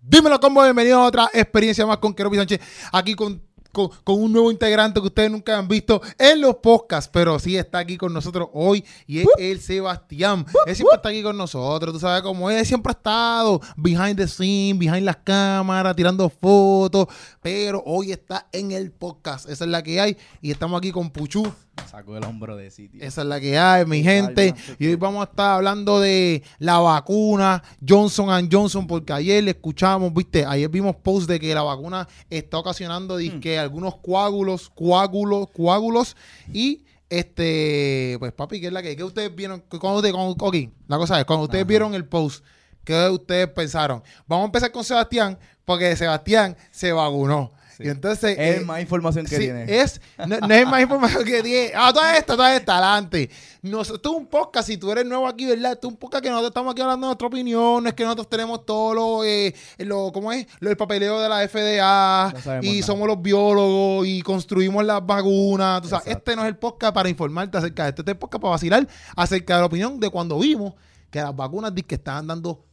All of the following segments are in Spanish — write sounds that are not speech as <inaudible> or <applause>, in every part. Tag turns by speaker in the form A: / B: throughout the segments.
A: Dímelo, combo, bienvenidos a otra experiencia más con Keropi Sánchez. Aquí con, con, con un nuevo integrante que ustedes nunca han visto en los podcasts, pero sí está aquí con nosotros hoy y es el Sebastián. Él siempre está aquí con nosotros, tú sabes cómo es. Él siempre ha estado behind the scene, behind las cámaras, tirando fotos, pero hoy está en el podcast. Esa es la que hay y estamos aquí con Puchu.
B: Sacó el hombro de sitio.
A: Esa es la que hay, mi gente. Y hoy vamos a estar hablando de la vacuna Johnson Johnson, porque ayer le escuchamos, viste, ayer vimos post de que la vacuna está
B: Hmm.
A: ocasionando que algunos coágulos, coágulos, coágulos. Y este, pues papi, ¿qué es la que hay? ¿Qué ustedes vieron? Cuando ustedes, cuando- ok, la cosa es, cuando ustedes
B: Ajá.
A: vieron el post, ¿qué ustedes pensaron? Vamos a empezar con Sebastián, porque Sebastián se vacunó.
B: Sí.
A: Y entonces.
B: Es
A: eh,
B: más información que
A: Sí,
B: tiene.
A: es, no, no es más información que tiene. Ah, toda esta, toda esta, adelante. Nos, esto es un podcast, si tú eres nuevo aquí, ¿verdad? Esto es un podcast que nosotros estamos aquí hablando de nuestra opinión, no es que nosotros tenemos todo lo, eh, lo ¿cómo es? Lo, el papeleo de la FDA
B: No sabemos
A: y
B: nada.
A: somos los biólogos y construimos las vacunas. Tú sabes,
B: Exacto.
A: este no es el podcast para informarte acerca de esto, este es el podcast para vacilar acerca de la opinión de cuando vimos que las vacunas dizque estaban dando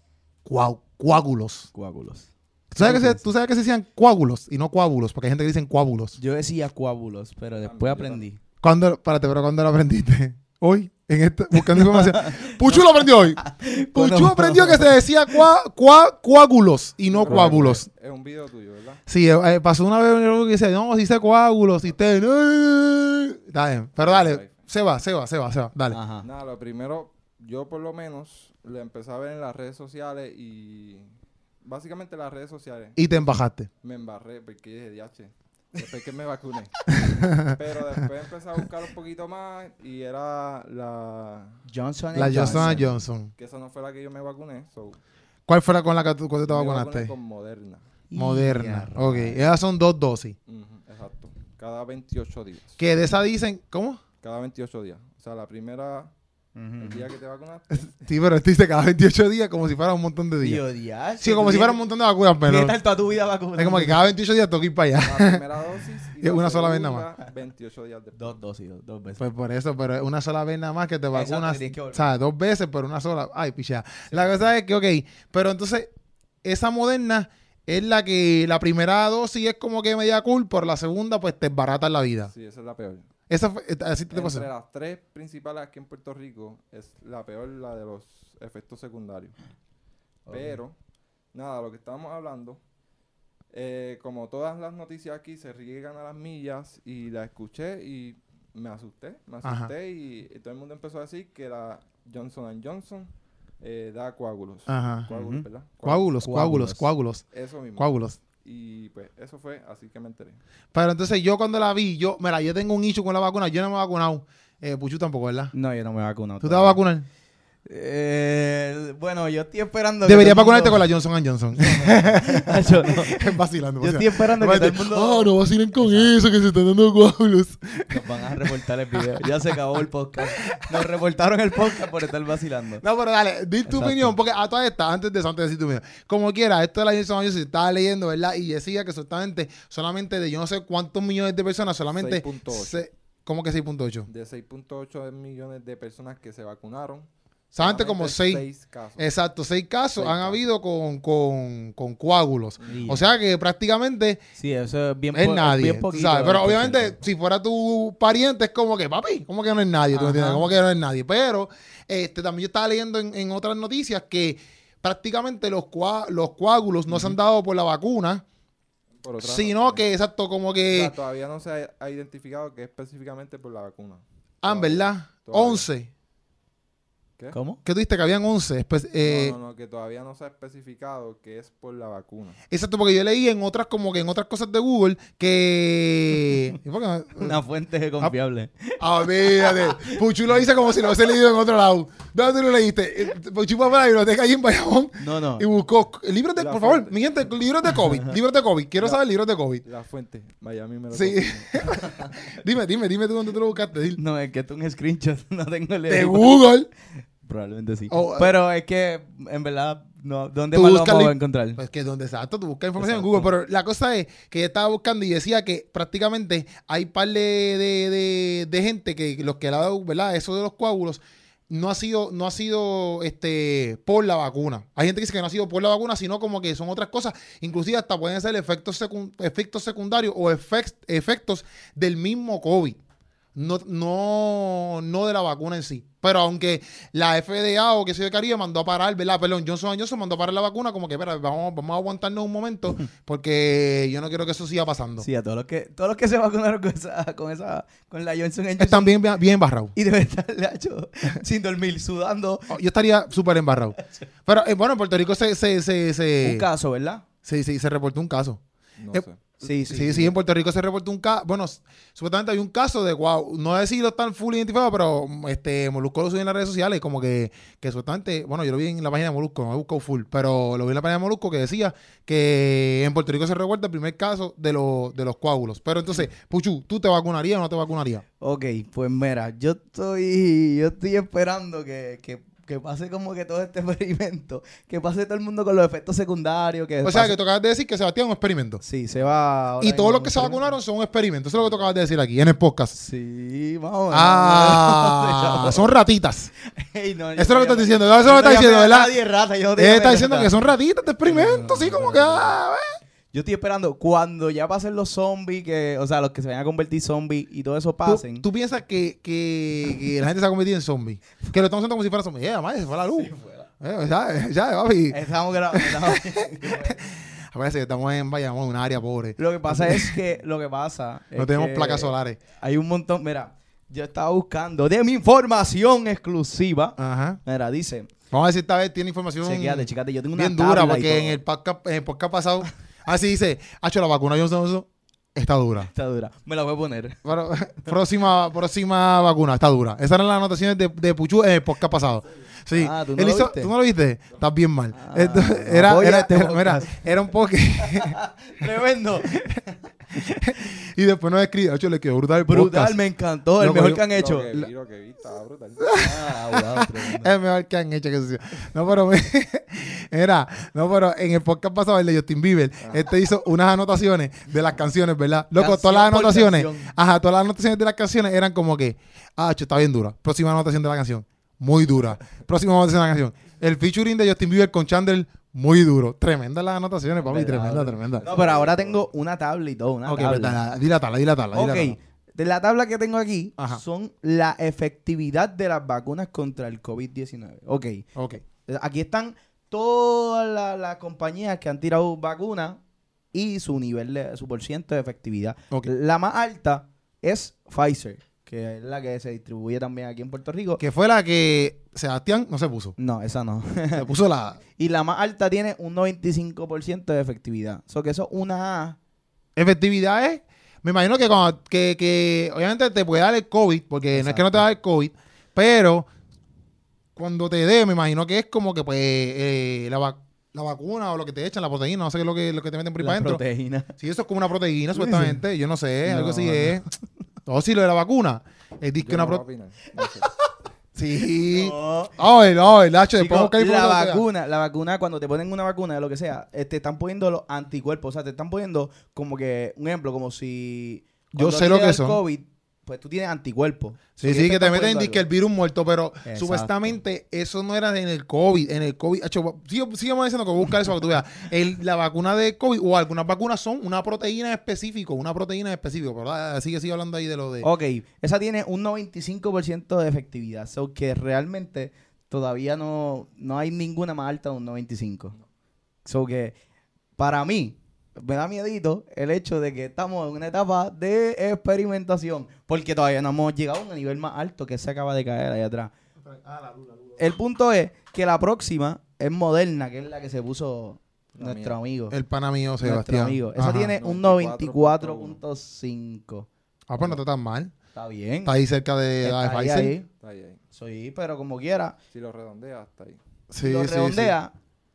A: cuau- coágulos.
B: Coágulos.
A: ¿Tú sabes, que se,
B: piensas?
A: tú sabes que se decían coágulos y no coábulos, porque hay gente que dicen coábulos.
B: Yo decía coágulos, pero después aprendí.
A: ¿Cuándo, espérate, pero ¿cuándo lo aprendiste? <laughs> Hoy, en este, buscando información. Puchu lo aprendió hoy. Puchu
B: No.
A: aprendió que se decía cua- cua- coágulos y no coábulos.
C: Es un video tuyo, ¿verdad?
A: Sí, eh, pasó una vez un que dice, no, si dice coágulos, si usted... no". Está bien, pero dale, se va, se va, se va, se va, dale.
B: Ajá.
C: Nada, lo primero, yo por lo menos lo empecé a ver en las redes sociales y básicamente las redes sociales
A: Y te embajaste.
C: me embarré porque dije, diache, después que
A: <laughs>
C: me vacuné. Pero después empecé a buscar un poquito más y era la...
B: Johnson
A: La Johnson
B: Johnson.
A: Johnson.
C: que esa no fue la que yo me vacuné. So,
A: ¿Cuál fue la con la que tú cuando te
C: me vacuné
A: vacunaste?
C: con Moderna.
A: Moderna.
B: Ya,
A: Ok, esas son dos dosis.
C: Ujú, exacto. Cada 28 días.
A: Que de esa dicen, ¿cómo?
C: Cada 28 días. O sea, la primera, el
B: Ujú.
C: día que te vacunaste,
A: Sí, pero <laughs> este dice cada 28 días como si fuera un montón de días.
B: Tío, diache,
A: Sí, como
B: tú
A: si fuera un
B: tienes-
A: montón de vacunas,
B: tienes
A: pero...
B: que estar toda tu vida vacunado.
A: Es como que cada 28 días tengo que ir para allá. <laughs>
C: la primera dosis y
A: Y
C: la
A: una sola vez nada
C: segunda 28 días después.
B: Dos dosis, dos, dos veces.
A: Pues por eso, pero es una sola vez nada más que te
B: Exacto,
A: vacunas.
B: tienes que volver.
A: o sea, dos veces, pero una sola. Ay, picha. La cosa es que, ok, pero entonces, esa moderna es la que la primera dosis es como que media cool, pero la segunda, pues te barata la vida.
C: Sí, esa es la peor.
A: Esa fue- eh, así te pasó.
C: Entre las tres principales aquí en Puerto Rico, es la peor la de los efectos secundarios.
B: Ok.
C: Pero, nada, lo que estábamos hablando, eh, como todas las noticias aquí se riegan a las millas y la escuché y me asusté, me
A: Ajá.
C: asusté y, y todo el mundo empezó a decir que la Johnson Johnson eh, da coágulos.
A: Ajá.
C: Coágulos,
B: Ujú.
C: ¿verdad?
A: Ah, Coágulos, coágulos,
B: Coágulos.
A: coágulos,
C: Eso mismo.
A: coágulos.
C: Y pues eso fue, así que me enteré.
A: Pero entonces yo cuando la vi, yo, mira, yo tengo un issue con la vacuna, yo no me he vacunado. Eh, Puchu tampoco, ¿verdad?
B: No, yo no me he vacunado.
A: ¿Tú te vas a
B: todavía.
A: vacunar?
B: Eh, bueno, yo estoy esperando. que
A: Deberías
B: todo el
A: vacunarte con
B: mundo-
A: la Johnson Johnson. <laughs>
B: <laughs> Yo
A: vacilando,
B: no. Yo
A: vacilando.
B: estoy esperando que todo el
A: Oh,
B: mundo
A: no vacilen con eso, que se están dando coágulos.
B: nos van a reportar el video. Ya se acabó el podcast. Nos reportaron el podcast por estar vacilando.
A: No, pero dale, di tu
B: Exacto.
A: opinión, porque a todas estas, antes de eso, antes de decir tu opinión. Como quiera, esto de la Johnson Johnson se estaba leyendo, ¿verdad? Y decía que solamente, solamente de yo no sé cuántos millones de personas, solamente.
C: 6.8.
A: se- ¿Cómo que 6.8?
C: de 6.8 millones de personas que se vacunaron.
A: Solamente como
C: solamente
A: 6.
C: seis casos.
A: Exacto, 6 casos
C: Seis
A: han
C: casos.
A: habido con, con, con coágulos.
B: Sí.
A: O sea que prácticamente
B: Sí, eso es bien,
A: es
B: po-
A: nadie.
B: bien poquito,
A: ¿sabes? Pero
B: bien
A: obviamente,
B: poquito.
A: si fuera tu pariente, es como que, papi, como que no es nadie, ¿tú me
B: Ajá.
A: entiendes? Como que no es nadie. Pero este, también yo estaba leyendo en, en otras noticias que prácticamente los, coá- los coágulos no se han dado por la vacuna,
C: por otra
A: sino
C: razón.
A: que, exacto, como
C: O
A: que,
C: sea, todavía no se ha- ha identificado que es específicamente por la vacuna.
A: ah, en
C: todavía-
A: ¿verdad?
C: todavía.
A: 11.
C: ¿Qué?
B: ¿Cómo?
A: ¿Qué tuviste? Que habían 11. pues, eh,
C: no, no, no, que todavía no se ha especificado que es por la vacuna.
A: Exacto, porque yo leí en otras, como que en otras cosas de Google, que... <laughs> ¿Y por qué no? <laughs>
B: Una fuente confiable.
A: Ah, mírate. Puchu lo dice como si lo hubiese leído en otro lado. ¿Dónde tú lo leíste? Eh, Puchu fue para la biblioteca allí en Bayamón
B: No, no.
A: y buscó eh, libros de,
C: La
A: por
C: fuente.
A: favor, mi gente, libros de COVID, libros de COVID. Quiero
C: La-
A: saber libros de COVID.
C: La fuente, Miami me lo
A: Sí. <laughs>
C: confirmó.
A: dime, dime, dime tú dónde tú lo buscaste. Dil.
B: No, es que esto es un screenshot. <laughs> No tengo el
A: De Google.
B: Probablemente sí.
A: Oh,
B: Pero es que, en verdad, no, ¿dónde
A: Tú
B: más lo
A: busca
B: vamos
A: li-
B: a encontrar?
A: Pues que donde exacto, tú buscas información
B: Exacto.
A: en Google, pero la cosa es que yo estaba buscando y decía que prácticamente hay par de, de- de- de gente que los que le ha dado, ¿verdad? Eso de los coágulos, no ha sido, no ha sido este, por la vacuna. Hay gente que dice que no ha sido por la vacuna, sino como que son otras cosas. Inclusive hasta pueden ser efectos, secun- efectos secundarios o efect- efectos del mismo COVID. No, no, no de la vacuna en sí. Pero aunque la FDA o que soy de Caribe mandó a parar, ¿verdad? Perdón, Johnson Johnson mandó a parar la vacuna, como que, espera, vamos, vamos a aguantarnos un
B: <laughs>
A: momento, porque yo no quiero que eso siga pasando.
B: Sí, a todos los que, todos los que se vacunaron con esa, con esa, con la Johnson Johnson
A: Están bien, bien, bien embarrados.
B: y deben estar <laughs> Nacho, sin dormir, sudando.
A: Oh, Yo estaría súper
B: <laughs>
A: embarrado. Pero eh, bueno, en Puerto Rico se, se, se, se,
B: Un caso, ¿verdad?
A: se- se- se reportó un caso.
C: No
A: Eh,
C: sé.
B: Sí,
A: Sí, sí, en Puerto Rico se reportó un caso. Bueno, s- supuestamente hay un caso de, wow, no he sido tan full identificado, pero mm, este Molusco lo subió en las redes sociales, como que, que supuestamente, bueno, yo lo vi en la página de Molusco, no he buscado full, pero lo vi en la página de Molusco que decía que en Puerto Rico se reporta el primer caso de, los de los coágulos. Pero entonces, Puchu, ¿tú te vacunarías o no te vacunarías?
B: Ok, pues mira, yo estoy, yo estoy esperando que, que, que pase como que todo este <laughs> experimento, que pase todo el mundo con los efectos secundarios, que
A: O sea,
B: pase-
A: que tú acabas de decir que Sebastián es un experimento.
B: sí, se va. ahora
A: Y
B: mismo
A: todos los
B: un
A: que se
B: experimento.
A: vacunaron son un experimento. Eso es lo que tú acabas de decir aquí, en el podcast.
B: Sí, vamos.
A: Ah,
B: <laughs>
A: son ratitas.
B: no,
A: Eso es lo que estás diciendo, eso es lo que estás diciendo, ¿verdad?
B: Nadie rata, yo no te
A: Él está
B: llamé
A: diciendo
B: rata.
A: que son ratitas de experimento, así como que. ah,
B: Yo estoy esperando cuando ya pasen los zombies, que, o sea, los que se vayan a convertir zombies y todo eso
A: ¿Tú,
B: pasen.
A: tú piensas que, que- que la gente se ha convertido en zombie. Que lo estamos haciendo como si fuera zombie. Eh, madre, se fue la luz. Eh, ya, ya, papi.
B: <laughs> Estamos grabando.
A: <laughs> Aparece que estamos en Bayamón, un área pobre.
B: lo que pasa es que, lo que pasa.
A: No
B: es
A: tenemos
B: que
A: placas solares.
B: Hay un montón, mira, yo estaba buscando de mi información exclusiva.
A: Ajá.
B: Mira, dice,
A: Vamos a ver si esta vez tiene información.
B: chequéate, checate, yo tengo una
A: bien dura,
B: tabla y
A: porque en
B: todo.
A: el, podcast, en el podcast pasado. Así dice: Hacho, la vacuna Johnson Johnson está dura.
B: Está dura. Me la voy
A: <laughs>
B: a poner.
A: Bueno, próxima, próxima vacuna, está dura. Esas eran las anotaciones de, de Puchu en el podcast pasado. Sí.
B: Ah, ¿tú no
A: Él
B: lo
A: hizo-
B: viste?
A: ¿tú no lo viste? Estás bien mal.
B: Ah,
A: Entonces,
B: no
A: era,
B: apoya
A: era-
B: este
A: era-
B: podcast.
A: mira, era un poco
B: Tremendo.
A: y después nos escribió, hecho, le quedó brutal el
B: Brutal,
A: podcast.
B: me encantó. El
A: Loco,
B: mejor
A: yo-
B: que han hecho.
C: Lo que vi, lo que vi, estaba brutal.
B: <laughs> Ah, wow, tremendo.
A: <laughs> Es mejor que han hecho que se- No, pero me- <laughs> era, no, pero en el podcast pasado, el de Justin Bieber, este hizo unas anotaciones de las canciones, ¿verdad? Loco,
B: Ah. Canción
A: todas las
B: por
A: anotaciones,
B: canción.
A: ajá, todas las anotaciones de las canciones eran como que, ah, che, está bien dura. Próxima anotación de la canción, muy dura. Próxima anotación de la canción. El featuring de Justin Bieber con Chandler, muy duro. Tremendas las anotaciones, papi,
B: ¿Verdad?
A: tremenda, tremenda.
B: No, pero ahora tengo una tabla y todo. Una
A: ok,
B: tabla.
A: verdad, dilátala, dilátala,
B: Ok,
A: dilátala.
B: de la tabla que tengo aquí
A: Ajá.
B: son la efectividad de las vacunas contra el COVID-19. Ok,
A: Ok.
B: Eh, aquí están todas la- las compañías que han tirado vacunas y su nivel, de, su porciento de efectividad.
A: Ok.
B: La más alta es Pfizer, que es la que se distribuye también aquí en Puerto Rico.
A: Que fue la que Sebastián no se puso.
B: No, esa no. <laughs>
A: Se <laughs> puso la...
B: y la más alta tiene un 95% de efectividad. So que eso es una A.
A: Efectividad es, me imagino que, cuando- que, que obviamente te puede dar el COVID, porque no es que no te va a dar el COVID, pero cuando te dé, me imagino que es como que pues eh, la, vac- la vacuna o lo que te echan, la proteína, no sé qué es lo que, lo que te meten por ahí
B: La
A: para adentro.
B: proteína.
A: Si eso es como una proteína, supuestamente, yo no sé, algo así
B: No,
A: es. O si lo de la vacuna, es
C: Yo
A: disque
C: no
A: una
C: voy a
A: proteína.
C: opinar, no sé.
A: Sí.
B: No.
A: Ay, no, el H, después
B: Chico,
A: busca ahí por
B: la
A: donde sea.
B: vacuna, la vacuna, cuando te ponen una vacuna, lo que sea, eh, te están poniendo los anticuerpos. O sea, te están poniendo como que, un ejemplo, como si.
A: Yo
B: cuando
A: sé
B: te
A: lo
B: da
A: que
B: el
A: son.
B: COVID, pues tú tienes anticuerpos.
A: Sí, sí, que te meten en
B: en
A: disque el virus muerto, pero
B: Exacto.
A: supuestamente eso no era en el COVID. En el COVID, acho, sigo- sigamos diciendo que busca eso para que tú
B: <laughs>
A: veas. El- la vacuna de COVID o algunas vacunas son una proteína específica, una proteína específica, ¿verdad? Sigue, sigue hablando ahí de lo de.
B: Ok, esa tiene un 95% de efectividad. So que realmente todavía no, no hay ninguna más alta de un 95. So que para mí me da miedito el hecho de que estamos en una etapa de experimentación. Porque todavía no hemos llegado a un nivel más alto que se acaba de caer ahí atrás.
C: ah,
B: El punto es que la próxima es moderna, que es la que se puso
C: La
B: nuestro
C: mía.
B: amigo.
A: El pana mío,
B: Nuestro
A: Sebastián.
B: amigo. Esa
A: Ajá.
B: tiene un
C: 94.1.
B: 94.5.
A: Ah, pues no está tan mal.
B: Está bien.
A: Está ahí cerca de la de
B: Está ahí,
A: Pfizer.
B: ahí.
C: Está ahí, ahí.
B: Sí, pero como quiera,
C: Si lo redondeas, está ahí.
A: Sí,
B: lo
A: sí, sí.
B: redondea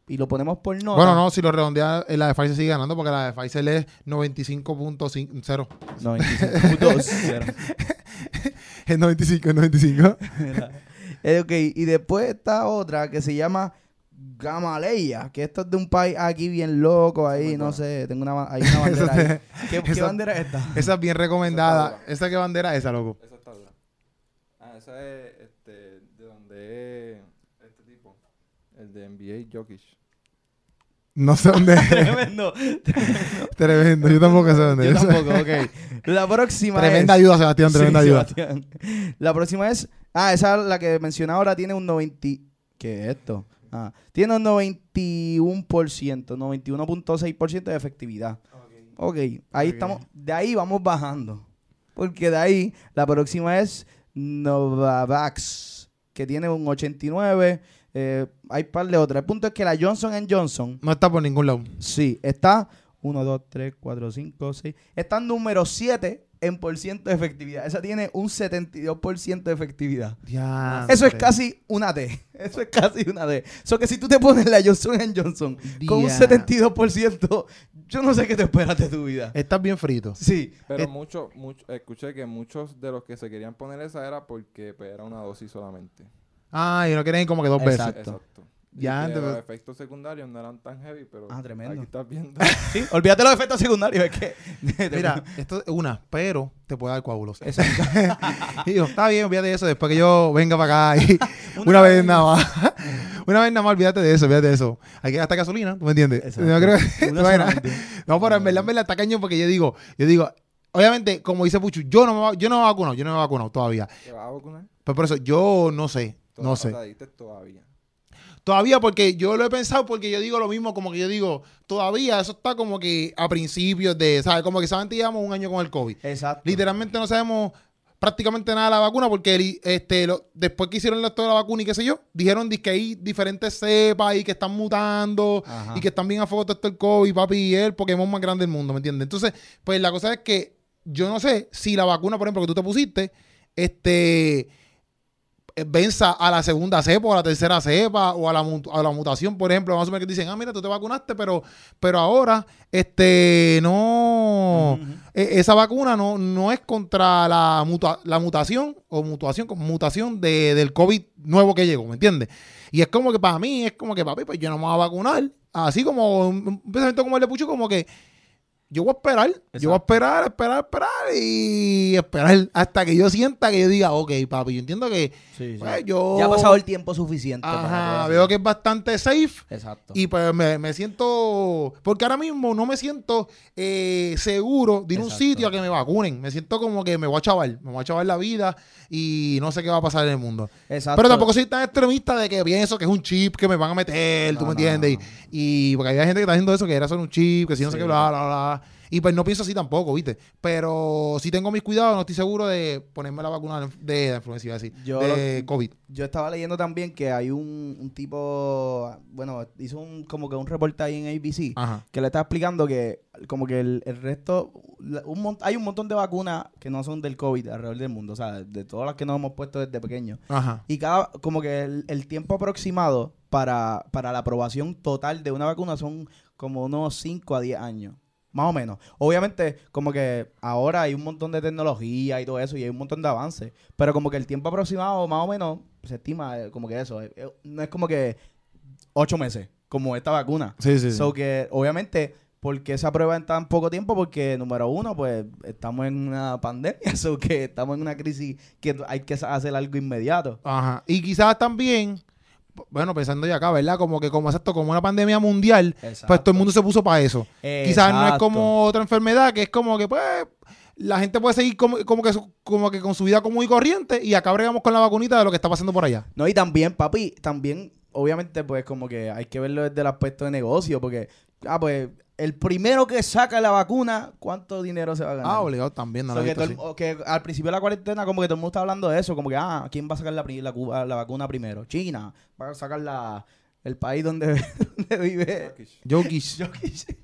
B: y lo ponemos por nota.
A: Bueno, no, si lo redondea, eh, la de Pfizer sigue ganando porque la de Pfizer es 95.0.
B: <laughs> 95.2.
A: <laughs> Es 95, es
B: <laughs>
A: 95.
B: Eh, ok, y después está otra que se llama Gamaleya, que esto es de un país aquí bien loco, ahí,
C: muy
B: no
C: buena.
B: sé, tengo una, ba- hay una bandera ahí.
A: <laughs>
B: ¿Qué, qué
A: esa-
B: bandera es esta? <laughs>
A: Esa es bien recomendada.
C: dura.
A: ¿Esa qué bandera es esa, loco?
C: Esa está dura. Ah, esa es este, de donde de este tipo, el de NBA Jokic.
A: No <laughs> sé dónde es.
B: Tremendo.
A: Tremendo. Yo tampoco sé dónde
B: Yo
A: <laughs> es.
B: tampoco, ok. La próxima
A: Tremenda
B: es...
A: ayuda, Sebastián.
B: Sí,
A: Tremenda ayuda.
B: Sebastián. La próxima es. Ah, esa la que mencioné ahora tiene un 90. y- ¿Qué es esto? Ah, tiene un 91%, 91.6% de efectividad. Ok, ahí estamos. De ahí vamos bajando. Porque de ahí la próxima es Novavax, que tiene un 89. eh, hay par de otras. El punto es que la Johnson Johnson,
A: No está por ningún lado.
B: sí, está 1, 2, 3, 4, 5, 6. Está en número 7 en por ciento de efectividad. Esa tiene un 72% de efectividad. Eso es casi una D. <laughs> Eso es casi una D. Eso que si tú te pones la Johnson Johnson con un
A: Dia-
B: 72%, yo no sé qué te esperas de tu vida.
A: Estás bien frito.
B: Sí.
C: Pero
A: Es-
C: mucho, mucho, escuché que muchos de los que se querían poner esa era porque pues, era una dosis solamente.
A: Ah, y no quieren ir como que dos veces.
B: Exacto.
C: Exacto. Y
A: Ya,
C: que
A: te-
C: los efectos secundarios no eran tan heavy, pero
B: Ah, tremendo.
C: aquí estás viendo.
B: <laughs> Sí, olvídate los efectos secundarios. Es que. <laughs>
A: Mira, esto es una, pero te puede dar coágulos.
B: Exacto.
A: <laughs> Y yo, está bien, olvídate de eso, después que yo venga para acá <laughs> y una,
B: Una
A: vez
B: vez.
A: nada más. <laughs> una vez nada más, olvídate de eso, olvídate de eso. Hay que gastar gasolina, ¿tú me entiendes?
B: Exacto.
A: No, creo que-
B: Una
A: bueno,
B: solamente.
A: no, pero en verdad, en verdad está cañón porque yo digo, yo digo, obviamente, como dice Puchu, yo no me, va- yo no me he vacunado, yo no me he vacunado todavía.
C: ¿Te vas a vacunar?
A: Pero por eso, yo no sé,
C: Toda-
A: no
C: o
A: sé.
C: sea, diste todavía.
A: Todavía porque yo lo he pensado porque yo digo lo mismo, como que yo digo, todavía eso está como que a principios de, ¿sabes? Como que solamente llevamos un año con el COVID.
B: Exacto.
A: Literalmente no sabemos prácticamente nada de la vacuna porque el- este, lo- después que hicieron esto de la vacuna y qué sé yo, dijeron dizque que hay diferentes cepas y que están mutando
B: Ajá.
A: y que están bien a fuego todo esto el COVID, papi, y el Pokémon más grande del mundo, ¿me entiendes? Entonces, pues la cosa es que yo no sé si la vacuna, por ejemplo, que tú te pusiste, este eh, venza a la segunda cepa o a la tercera cepa o a la, mu- a la mutación, por ejemplo, vamos a ver que dicen, ah, mira, tú te vacunaste, pero, pero ahora, este, no,
B: Ujú.
A: eh, esa vacuna no, no es contra la, muta- la mutación o mutación, con mutación de, del COVID nuevo que llegó, ¿me entiendes? Y es como que para mí, es como que, papi, pues yo no me voy a vacunar. Así como un un pensamiento como el de Pucho, como que yo voy a esperar, yo voy a esperar, esperar, esperar y esperar hasta que yo sienta que yo diga, ok, papi, yo entiendo que
B: Sí, sí.
A: pues, yo...
B: Ya ha pasado el tiempo suficiente. para
A: Ajá,
B: todo
A: veo
B: eso.
A: que es bastante safe.
B: Exacto.
A: Y pues me, me siento, porque ahora mismo no me siento eh, seguro de ir a un
B: Exacto.
A: sitio a que me vacunen. Me siento como que me voy a chaval, me voy a chaval la vida y no sé qué va a pasar en el mundo.
B: Exacto.
A: Pero tampoco soy tan extremista de que pienso que es un chip que me van a meter, tú me
B: No, no,
A: entiendes.
B: no, no.
A: Y, y porque hay gente que está haciendo eso, que era solo un chip, que si no sé
B: Sí.
A: qué, bla, bla, bla. Y pues no pienso así tampoco, ¿viste? Pero si tengo mis cuidados, no estoy seguro de ponerme la vacuna de, de influenza, iba a decir,
B: Yo
A: de COVID.
B: Yo estaba leyendo también que hay un, un tipo, bueno, hizo un como que un reportaje en ABC
A: Ajá.
B: que le está explicando que como que el, el resto, la- un mon- hay un montón de vacunas que no son del COVID alrededor del mundo, o sea, de todas las que nos hemos puesto desde pequeños.
A: Ajá.
B: Y cada, como que el, el tiempo aproximado para, para la aprobación total de una vacuna son como unos 5 a 10 años. Más o menos. Obviamente, como que ahora hay un montón de tecnología y todo eso, y hay un montón de avances. Pero como que el tiempo aproximado, más o menos, se estima eh, como que eso. eh, eh, No es como que 8 meses, como esta vacuna.
A: Sí, sí. sí.
B: So que, obviamente, ¿por qué se aprueba en tan poco tiempo? Porque, número uno, pues estamos en una pandemia, <laughs> so que estamos en una crisis que hay que sa- hacer algo inmediato.
A: Ajá. Y quizás también, p- bueno, pensando ya acá, ¿verdad? Como que como exacto, como una pandemia mundial, pues todo el mundo se puso para eso. Quizás no es
B: Exacto.
A: como otra enfermedad, que es como que pues la gente puede seguir como, como que su- como que con su vida común y corriente y acá bregamos con la vacunita de lo que está pasando por allá.
B: No, y también, papi, también, obviamente, pues como que hay que verlo desde el aspecto de negocio, porque, ah, pues, el primero que saca la vacuna, ¿cuánto dinero se va a ganar?
A: Ah, obligado también, no
B: So
A: lo he
B: que,
A: visto
B: todo el- o que al principio de la cuarentena, como que todo el mundo está hablando de eso, como que, ah, ¿quién va a sacar la, pri- la, Cuba- la vacuna primero? China, va a sacar la, el país donde, <laughs> donde vive.
A: así.
B: <laughs>
A: Jokic.
B: Yo quise.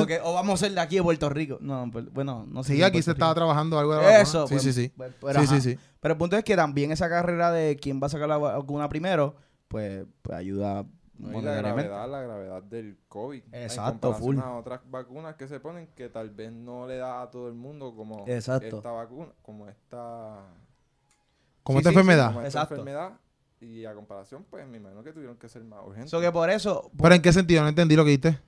B: o, que- o vamos a ser de aquí de Puerto Rico. No, pues, bueno, no sé.
A: Sí,
B: si
A: aquí
B: en
A: se
B: Puerto
A: estaba
B: Rico.
A: trabajando algo de la vacuna.
B: Eso,
A: Sí,
B: pues,
A: sí, sí.
B: pues,
A: Sí,
B: pero,
A: sí,
B: ajá.
A: sí.
B: Pero el punto es que también esa carrera de quién va a sacar la vacuna primero, pues, pues ayuda
C: No, y la
B: monetariamente.
C: gravedad, la gravedad del COVID.
B: Exacto,
C: en comparación
B: full.
C: a otras vacunas que se ponen que tal vez no le da a todo el mundo como
B: Exacto.
C: esta vacuna, como esta,
A: Como
B: Sí,
A: esta
B: sí, sí,
A: enfermedad.
C: como esta
B: Exacto.
C: enfermedad. Y a comparación, pues me imagino que tuvieron que ser más urgentes.
B: So que por eso,
A: ¿Pero en qué sentido? No entendí lo que dijiste.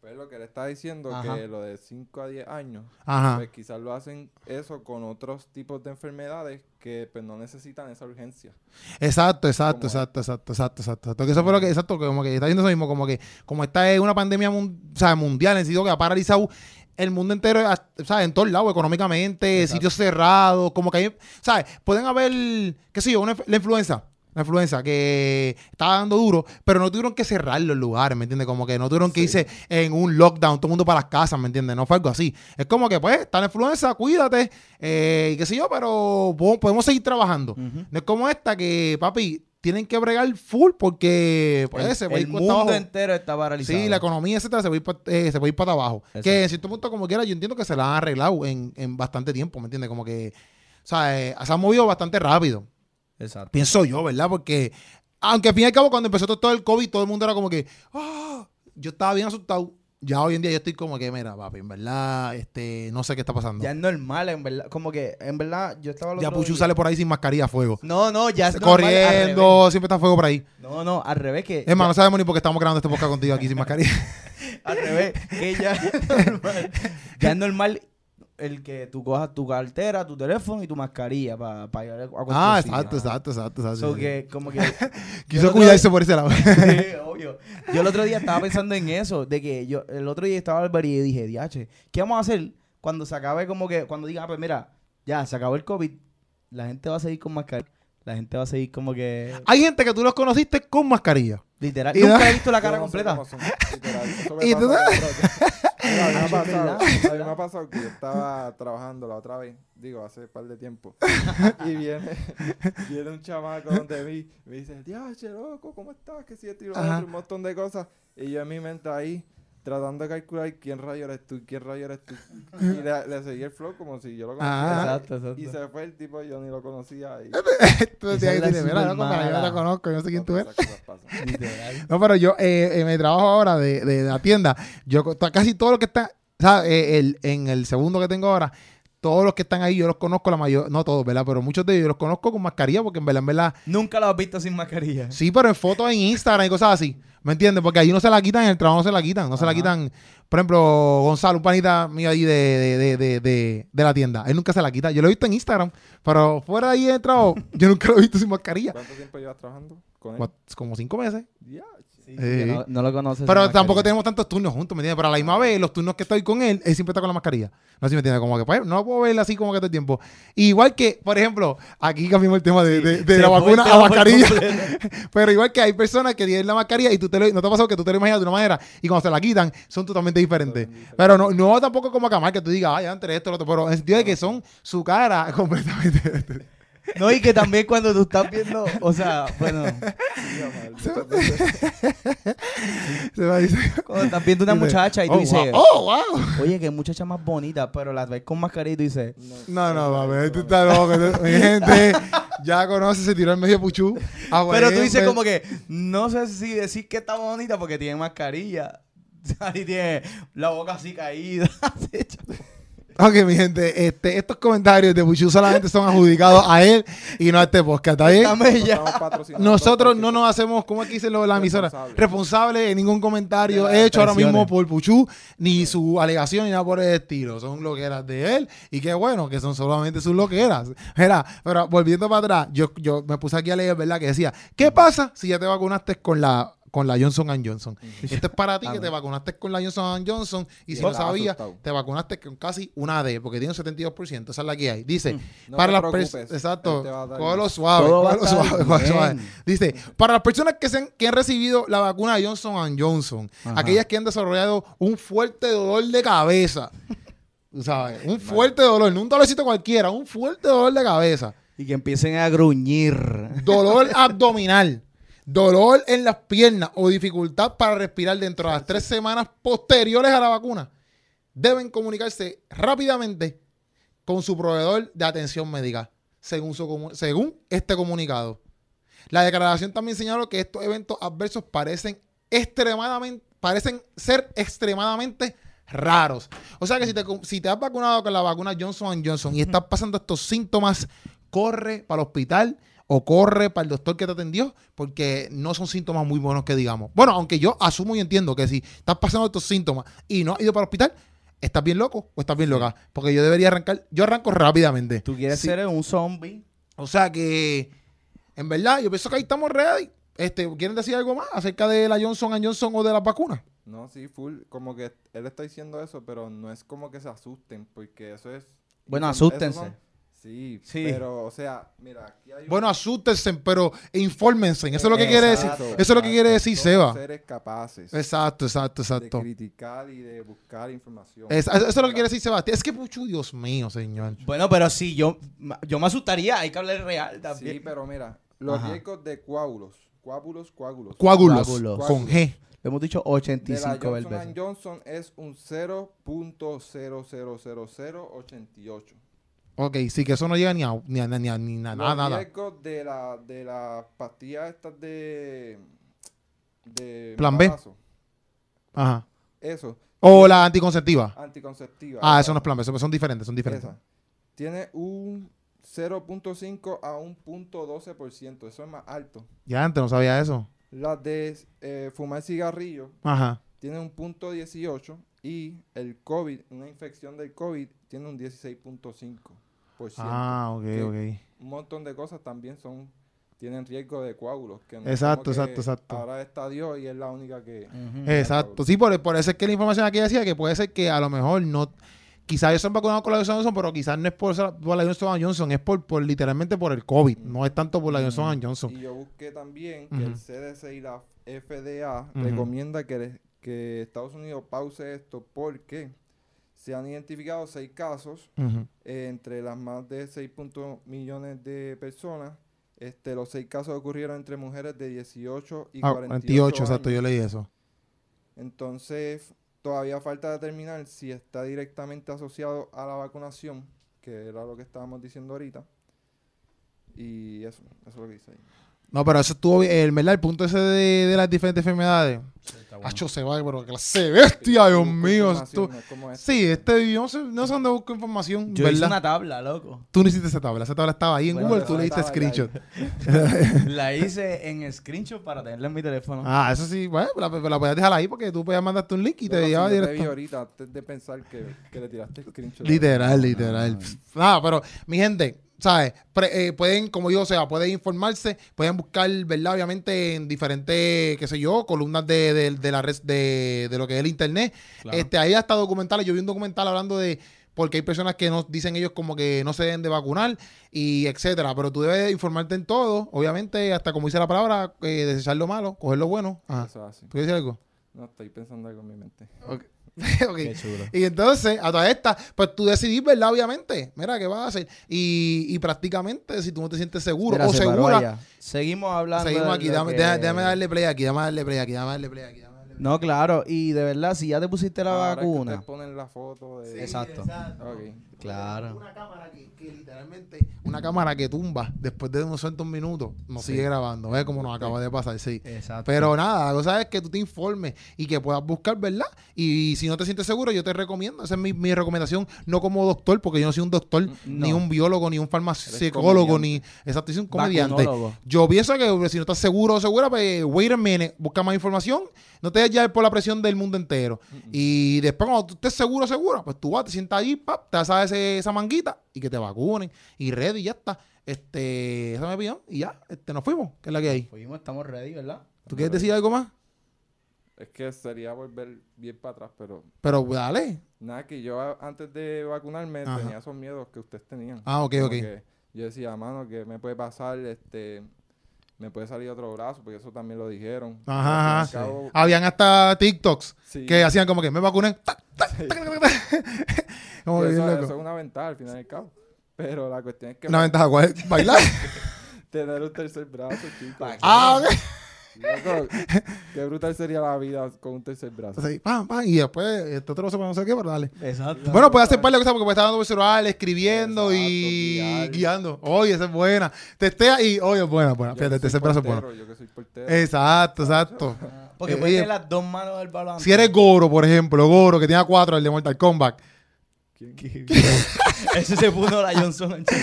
C: Pues lo que le estaba diciendo,
B: Ajá.
C: que lo de 5 a 10 años,
A: Ajá.
C: pues quizás lo hacen eso con otros tipos de enfermedades que pues no necesitan esa urgencia.
A: Exacto, exacto,
C: Como-
A: exacto, exacto, exacto, exacto, exacto. Que eso fue lo que, exacto, que como que está diciendo eso mismo, como que, como esta es una pandemia mun- o sea, mundial, en el sentido que ha paralizado el mundo entero, hasta- ¿sabes? En todos lados, económicamente,
B: Exacto.
A: sitios cerrados, como que hay, ¿sabes? Pueden haber, qué sé yo, una, inf- la influenza. La influenza que estaba dando duro, pero no tuvieron que cerrar los lugares, ¿me entiendes? Como que no tuvieron que
C: Sí.
A: irse en un lockdown, todo el mundo para las casas, ¿me entiendes? No fue algo así. Es como que, pues, está la influenza, cuídate, eh, y qué sé yo, pero po- podemos seguir trabajando.
B: Ujú.
A: No es como esta que, papi, tienen que bregar full porque pues,
B: el
A: se va a ir
B: el
A: cuesta
B: mundo
A: abajo.
B: entero está paralizado.
A: Sí, la economía, etcétera, se va a ir para, se va a ir para abajo. Que en
B: Exacto.
A: cierto punto, como quiera, yo entiendo que se la han arreglado en, en bastante tiempo, ¿me entiendes? Como que, o sea, eh, se han movido bastante rápido.
B: Exacto.
A: Pienso yo, ¿verdad? Porque, aunque al fin y al cabo, cuando empezó todo, todo el COVID, todo el mundo era como que, "Ah", yo estaba bien asustado. Ya hoy en día yo estoy como que, mira, papi, en verdad, este, no sé qué está pasando.
B: Ya
A: Ya,
B: es normal, en verdad. Como que, en verdad, yo estaba... el otro
A: Puchu
B: día-
A: sale por ahí sin mascarilla a fuego.
B: No, no, ya es normal, al revés.
A: Corriendo, siempre está a fuego por ahí.
B: No, no, al revés que...
A: Es más, no sabemos ni por qué estamos grabando este podcast contigo aquí sin mascarilla. <laughs>
B: Al revés, que ya es <laughs> normal. Ya es normal el que tú cojas tu cartera, tu teléfono y tu mascarilla para llegar a cualquier
A: ah,
B: sitio.
A: exacto, exacto, exacto, exacto.
B: So
A: sí.
B: que, como que...
A: Quiso cuidarse por ese lado.
B: Sí, <laughs> obvio. Yo el otro día estaba pensando en eso, de que yo el otro día estaba al bar y dije, diache, ¿qué vamos a hacer cuando se acabe como que, cuando diga, ah, pues mira, ya, se acabó el COVID, la gente va a seguir con mascarilla, la gente va a seguir como que,
A: <laughs> Hay gente que tú los conociste con mascarilla.
B: literal,
A: Y
B: nunca
A: da-
B: he visto la cara
C: Yo no sé
B: completa.
C: cómo son,
A: <laughs>
C: literal, eso me
A: ¿Y
C: pasa
A: tú?
C: con otro- Mira, a mí me
A: <laughs>
B: Ah,
C: ha
B: es verdad,
C: pasado-
B: es
C: a mí me ha pasado que yo estaba trabajando la otra vez, digo, hace un par de tiempo, y
A: <laughs>
C: viene, viene un chamaco donde mí, me dice, diache, loco, ¿cómo estás? Que si estoy
A: Ajá.
C: un montón de cosas, y yo en mi mente ahí, tratando de calcular quién rayo eres tú, quién rayo eres tú, y le, le seguí el flow como si yo lo conociera,
A: Ah.
B: Exacto, exacto.
C: y se fue el tipo, yo ni lo conocía, y
A: Tú
B: Esa
A: decías,
B: es la
A: dile, mira, loco,
B: supermala.
A: cara, yo no te conozco, yo no sé quién tú eres.
C: esas cosas pasan.
B: Literal.
A: No, pero yo eh, en mi trabajo ahora de, de la tienda, yo co- ta- casi todo lo que está, ¿sabes? Eh, el- en el segundo que tengo ahora, todos los que están ahí yo los conozco, la mayor, no todos, ¿verdad? Pero muchos de ellos yo los conozco con mascarilla porque en verdad, en verdad,
B: Nunca lo has visto sin mascarilla.
A: Sí, pero en fotos en Instagram y cosas así. ¿Me entiendes? Porque ahí no se la quitan, en el trabajo no se la quitan. No se la
B: Ajá.
A: quitan. Por ejemplo, Gonzalo, un panita mío ahí de, de, de, de, de- de la tienda. Él nunca se la quita. Yo lo he visto en Instagram, pero fuera de ahí del trabajo, <laughs> yo nunca lo he visto sin mascarilla.
C: ¿Cuánto tiempo llevas trabajando con él?
A: Como- Como cinco meses.
C: Diache.
B: Sí,
A: Eh.
B: que No, no lo conoces.
A: Pero
B: sin
A: tampoco
B: mascarilla.
A: tenemos tantos turnos juntos, ¿me entiendes? Pero a la misma vez, los turnos que estoy con él, él siempre está con la mascarilla. No sé si me entiendes, como que pues, no puedo verla así como que todo el tiempo. Igual que, por ejemplo, aquí cambiamos el tema de, de- de
B: Se
A: la
B: fue
A: vacuna
B: el
A: a
B: tema por
A: mascarilla.
B: completo.
A: Pero igual que hay personas que tienen la mascarilla y tú te lo, no te ha pasado que tú te lo imaginas de una manera y cuando se la quitan son totalmente diferentes.
C: Totalmente
A: Pero no, no tampoco como camar que tú digas, ay, antes esto, lo otro, pero en el sentido de que son su cara <laughs> completamente.
B: No, y que también cuando tú estás viendo, o sea, bueno,
C: Sí, amor,
A: <laughs>
C: yo también-
A: se va a decir.
B: cuando estás viendo una
A: Dice,
B: muchacha y tú
A: "Oh,
B: dices,
A: wow, oh, wow.
B: oye, que muchacha más bonita, pero la ves con mascarilla y tú dices,
A: No, no,
C: no,
A: papi, tú
C: no.
A: estás loco. Mi gente ya conoce, se tiró el medio Ah, puchú.
B: pero tú
A: pues,
B: dices como que, no sé si decir que está bonita porque tiene mascarilla. <laughs> Y tiene la boca así caída. <laughs> así hecha.
A: Ok, mi gente, este, estos comentarios de puchú solamente son adjudicados a él y no a este podcast, ¿está bien?
B: Está mella.
C: estamos patrocinando
A: Nosotros
C: cualquier
A: no nos hacemos, ¿cómo es que dice lo de la emisora?
C: Responsable.
A: Responsable de ningún comentario
B: De las
A: hecho ahora mismo por
B: expresiones.
A: Puchu, ni su alegación ni nada por el estilo. Son loqueras de él y qué bueno que son solamente sus loqueras. Mira, pero volviendo para atrás, yo, yo me puse aquí a leer, ¿verdad? Que decía, ¿qué pasa si ya te vacunaste con la con la Johnson Johnson. Esto es para ti que te vacunaste con la Johnson Johnson y si
C: Bien
A: no sabías,
C: asustado.
A: te vacunaste con casi una D, porque tiene un 72%, esa es la que hay. Dice,
C: No
A: para
C: te
A: las
C: preocupes,
A: personas...
C: él te va a
A: Exacto,
C: dar
A: cógelo
C: bien.
A: suave,
B: Todo va a
A: cógelo
B: estar
A: suave, <laughs> cógelo suave.
B: bien.
A: Dice, para las personas que, se han, que han recibido la vacuna de Johnson Johnson,
B: Ajá.
A: aquellas que han desarrollado un fuerte dolor de
B: <laughs>
A: cabeza, tú ¿sabes? Un fuerte dolor, no un dolorcito cualquiera, un fuerte dolor de cabeza,
B: Y que empiecen a gruñir.
A: dolor abdominal, dolor en las piernas o dificultad para respirar dentro de las tres semanas posteriores a la vacuna, deben comunicarse rápidamente con su proveedor de atención médica, según, su comu- según este comunicado. La declaración también señaló que estos eventos adversos parecen extremadamente, parecen ser extremadamente raros. O sea que si te, cu- si te has vacunado con la vacuna Johnson Johnson y estás pasando estos síntomas, corre para el hospital o corre para el doctor que te atendió, porque no son síntomas muy buenos que digamos. Bueno, aunque yo asumo y entiendo que si estás pasando estos síntomas y no has ido para el hospital, estás bien loco o estás bien loca. Porque yo debería arrancar, yo arranco rápidamente.
B: Tú quieres
A: Sí.
B: ser un zombie.
A: O sea que, en verdad, yo pienso que ahí estamos ready. Este, ¿Quieren decir algo más acerca de la Johnson Johnson o de las vacunas?
C: No, sí, full. Como que él está diciendo eso, pero no es como que se asusten, porque eso es.
B: Bueno,
C: eso- eso
B: asústense.
C: son- Sí,
B: Sí.
C: pero, o sea, mira, aquí hay. un-
A: Bueno, asústense, pero infórmense. Eso es lo que quiere decir.
C: Exacto,
A: Eso es lo que quiere decir
C: exacto.
A: Seba.
C: Son Seres capaces
A: Exacto, exacto,
C: de
A: exacto.
C: criticar y de buscar información.
A: Es- eso es lo que quiere decir Sebastián. Es que, puchu, Dios mío, señor.
B: Bueno, pero sí, yo, yo me asustaría. Hay que hablar real también.
C: Sí, pero mira, los
B: Ajá.
C: riesgos de coágulos, coágulos, coágulos.
A: Coágulos.
B: Coágulos.
A: Con G.
B: Lo hemos dicho
C: de la
B: 85
C: Johnson
B: veces.
C: Johnson es un 0.0000088.
A: Ok, sí, que eso no llega ni a, ni a- ni a- ni a nada,
C: los
A: Ah, nada.
C: riesgos de la de las pastillas estas de de
A: Plan B.
C: embarazo,
A: Ajá.
C: Eso,
A: O la anticonceptiva.
C: anticonceptiva.
A: Ah,
C: esa,
A: eso no es plan B, eso- son diferentes, son diferentes.
C: esa. Tiene un 0.5 a 1.12%, eso es más alto.
A: Ya antes no sabía eso.
C: Las de eh, fumar cigarrillo
A: Ajá.
C: tiene un punto 18 y el COVID, una infección del COVID, tiene un 16.5%.
A: Ah, ok,
C: que-
A: ok.
C: Un montón de cosas también son tienen riesgo de coágulos. Que no es
A: Exacto,
C: como que
A: exacto, exacto.
C: Ahora está Dios y es la única que...
B: Ujú.
A: Exacto. Sí, por, por eso es que la información aquí decía que puede ser que a lo mejor no. Quizás ellos son vacunados con la Johnson Johnson, pero quizás no es por, esa- por la Johnson Johnson, es por, por literalmente por el COVID. No es tanto por
C: Mm.
A: la Johnson Johnson.
C: Y yo busqué también que
A: Ujú.
C: el CDC y la FDA
A: Ujú.
C: recomienda que, le- que Estados Unidos pause esto porque se han identificado seis casos
A: Ujú.
C: eh, entre las más de 6.0 millones de personas. Este, los seis casos ocurrieron entre mujeres de 18 y
A: Ah,
C: 48
A: 48, exacto,
C: años.
A: yo leí eso.
C: Entonces, todavía falta determinar si está directamente asociado a la vacunación, que era lo que estábamos diciendo ahorita. Y eso, eso es lo que dice ahí.
A: No, pero eso estuvo bien. El, ¿verdad? el punto ese de, de las diferentes enfermedades.
B: Está bueno.
A: Hacho se va, pero clase de bestia, Dios
C: Busco
A: mío.
C: información,
A: esto-
C: no es como esto.
A: Sí, este, yo no sé, no sé dónde busco información,
B: Yo hice
A: ¿verdad?
B: una tabla, <laughs> loco.
A: Tú no hiciste esa tabla, esa tabla estaba ahí en
B: Bueno,
A: Google,
B: esa
A: tú le diste
C: estaba ahí,
A: screenshot.
B: La hice en screenshot para tenerla en mi teléfono.
A: Ah, eso sí, bueno, la, la podías dejar ahí porque tú podías mandarte un link y
C: Loco,
A: te
C: si
A: llevaba
C: yo te
A: directo.
C: vi ahorita antes de pensar que, que le tiraste screenshot.
A: Literal, literal. Pff, Nada, pero mi gente, ¿sabes? Pre- eh, pueden, como yo, o sea, pueden informarse, pueden buscar, ¿verdad? Obviamente en diferentes, qué sé yo, columnas de, de- de la red, de, de lo que es el internet.
B: Claro.
A: Este, ahí hasta documentales, yo vi un documental hablando de porque hay personas que nos dicen ellos como que no se deben de vacunar y etcétera, pero tú debes informarte en todo, obviamente, hasta como dice la palabra, eh, desechar lo malo, coger lo bueno. Ajá.
C: Eso es así.
A: ¿Tú quieres decir
B: <laughs>
A: algo?
C: No, estoy pensando algo en mi mente.
A: Ok. Ok.
B: Qué chulo.
A: Y entonces, a todas estas, pues tú decidís, ¿verdad? Obviamente, mira, ¿qué vas a hacer? Y, y prácticamente, si tú no te sientes seguro
B: Mira,
A: o
B: se paró
A: segura,
B: allá. Seguimos hablando.
A: seguimos
B: de
A: aquí.
B: lo
A: Dame,
B: que-
A: deja- déjame darle play aquí, déjame darle play aquí, déjame darle play aquí. déjame darle play.
B: No, claro. Y de verdad, si ya te pusiste la
C: Ahora es que
B: vacuna.
C: ustedes ponen la foto de...
B: Exacto.
C: Ok.
B: Claro.
A: Una cámara que, que literalmente, una cámara que tumba después de unos cuantos minutos, nos
B: Sí.
A: sigue grabando. ¿Ves cómo nos acaba de pasar? Sí.
B: Exacto.
A: Pero nada, la cosa es que tú te informes y que puedas buscar, ¿verdad? Y si no te sientes seguro, yo te recomiendo. Esa es mi, mi recomendación, no como doctor, porque yo no soy un doctor, ni
B: Mm, no.
A: un biólogo, ni un farmacólogo, ni. Exacto, yo soy un comediante.
B: Vacunólogo.
A: Yo pienso que pues, si no estás seguro o segura, pues wait a minute, busca más información, no te dejes llevar por la presión del mundo entero. Y después, cuando tú estés seguro, segura, pues tú vas, te sientas allí, pap, te vas a ese- esa manguita y que te vacunen. Y ready, ya está. Este, esa es mi opinión, y ya, este, nos fuimos, que es la que hay.
B: Fuimos, estamos ready, ¿verdad?
A: ¿Tú quieres decir algo más?
C: Es que sería volver bien para atrás, pero
A: Pero pues, dale.
C: Nada, que yo a- antes de vacunarme
A: Ajá.
C: tenía esos miedos que ustedes tenían.
A: Ah, ok,
C: Como
A: ok.
C: que yo decía, mano, que me puede pasar, este, me puede salir otro brazo, porque eso también lo dijeron.
A: Ajá,
C: Al fin y al
B: sí.
C: cabo,
A: Habían hasta TikToks
C: sí,
A: que hacían como que me vacuné. tac, tac,
C: Sí.
A: tac, tac, tac. <laughs> como
C: que
A: bien
C: eso,
A: loco.
C: eso es una ventaja al final y al cabo. Pero la cuestión es que
A: Una
C: va-
A: ventaja, ¿cuál es?
C: <laughs>
A: Bailar.
C: tener un tercer brazo, chicos.
B: Pa'
A: <laughs> ah, ok.
C: Loco, qué brutal sería la vida con un tercer brazo.
A: Sí, pam, pam, y después este otro brazo para no sé qué, pero dale.
B: Exacto.
A: Bueno, puede hacer par de cosas porque puede estar dando por celular, escribiendo y
C: Exacto, guiar.
A: guiando. Oye, esa es buena. Testea y, oye, es buena, buena.
C: Yo
A: Fíjate,
C: que
A: el tercer
C: soy
A: brazo es bueno.
C: portero, Yo que soy portero.
A: Exacto, exacto.
B: Porque
A: Eh,
B: puedes
A: oye,
B: tener las dos manos del balón.
A: si eres Goro, por ejemplo, Goro, que tiene a cuatro, el de Mortal Kombat.
C: ¿Quién?
B: <laughs> Ese se puso la Johnson Johnson.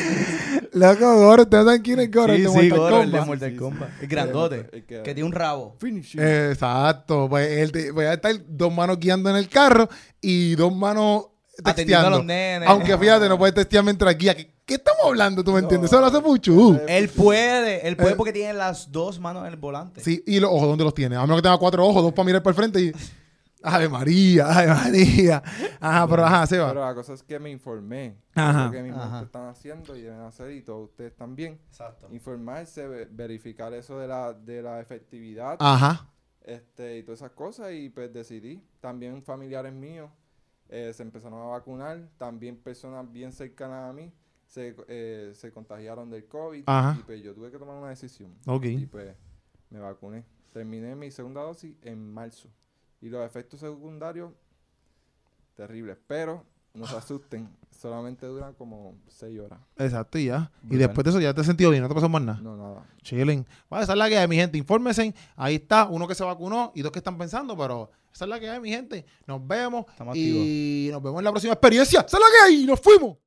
A: Loco, Goro, ¿ustedes saben quién es Goro? El de Mortal
B: Goro, el de
A: Kombat.
B: Mortal Kombat. El grandote.
C: Eh, El que-
B: Que tiene un rabo.
C: Finish him.
A: Eh, Exacto, pues él te- voy a estar dos manos guiando en el carro y dos manos
B: Atendiendo
A: texteando.
B: a los nenes.
A: Aunque fíjate, no puedes textear mientras guía. ¿Qué, qué estamos hablando? ¿Tú me
C: No.
A: entiendes? Eso lo hace Puchu.
C: Eh,
B: Él puede, él puede
A: Eh.
B: porque tiene las dos manos en el volante.
A: Sí, y los ojos, ¿dónde los tiene? A menos que tenga cuatro ojos, dos para mirar para el frente y. Ave María, Ave María. Ajá, pero ajá, se
C: Pero
A: va.
C: la cosa es que me informé.
A: Ajá.
C: Lo que mismo
B: Ajá.
C: ustedes están haciendo y deben hacer y todos ustedes también.
B: Exacto.
C: Informarse, ve- verificar eso de la, de la efectividad
A: Ajá.
C: este, y todas esas cosas y pues decidí. También familiares míos eh, se empezaron a vacunar, también personas bien cercanas a mí se, eh, se contagiaron del COVID
A: Ajá.
C: y pues yo tuve que tomar una decisión
A: Ok.
C: y pues me vacuné. Terminé mi segunda dosis en marzo y los efectos secundarios terribles, pero
A: <sighs>
C: no se asusten, solamente duran como 6 horas.
A: Exacto, y ya. Y
B: Brutal.
A: después de eso ya te has sentido bien, no te pasó más nada.
C: No, nada.
A: Chilling. Vale, esa es la que hay, mi gente. Infórmense. Ahí está, uno que se vacunó y dos que están pensando, pero esa es la que hay, mi gente. Nos vemos
B: Estamos
A: y nos vemos en la próxima experiencia. Esa es la que hay. Nos fuimos.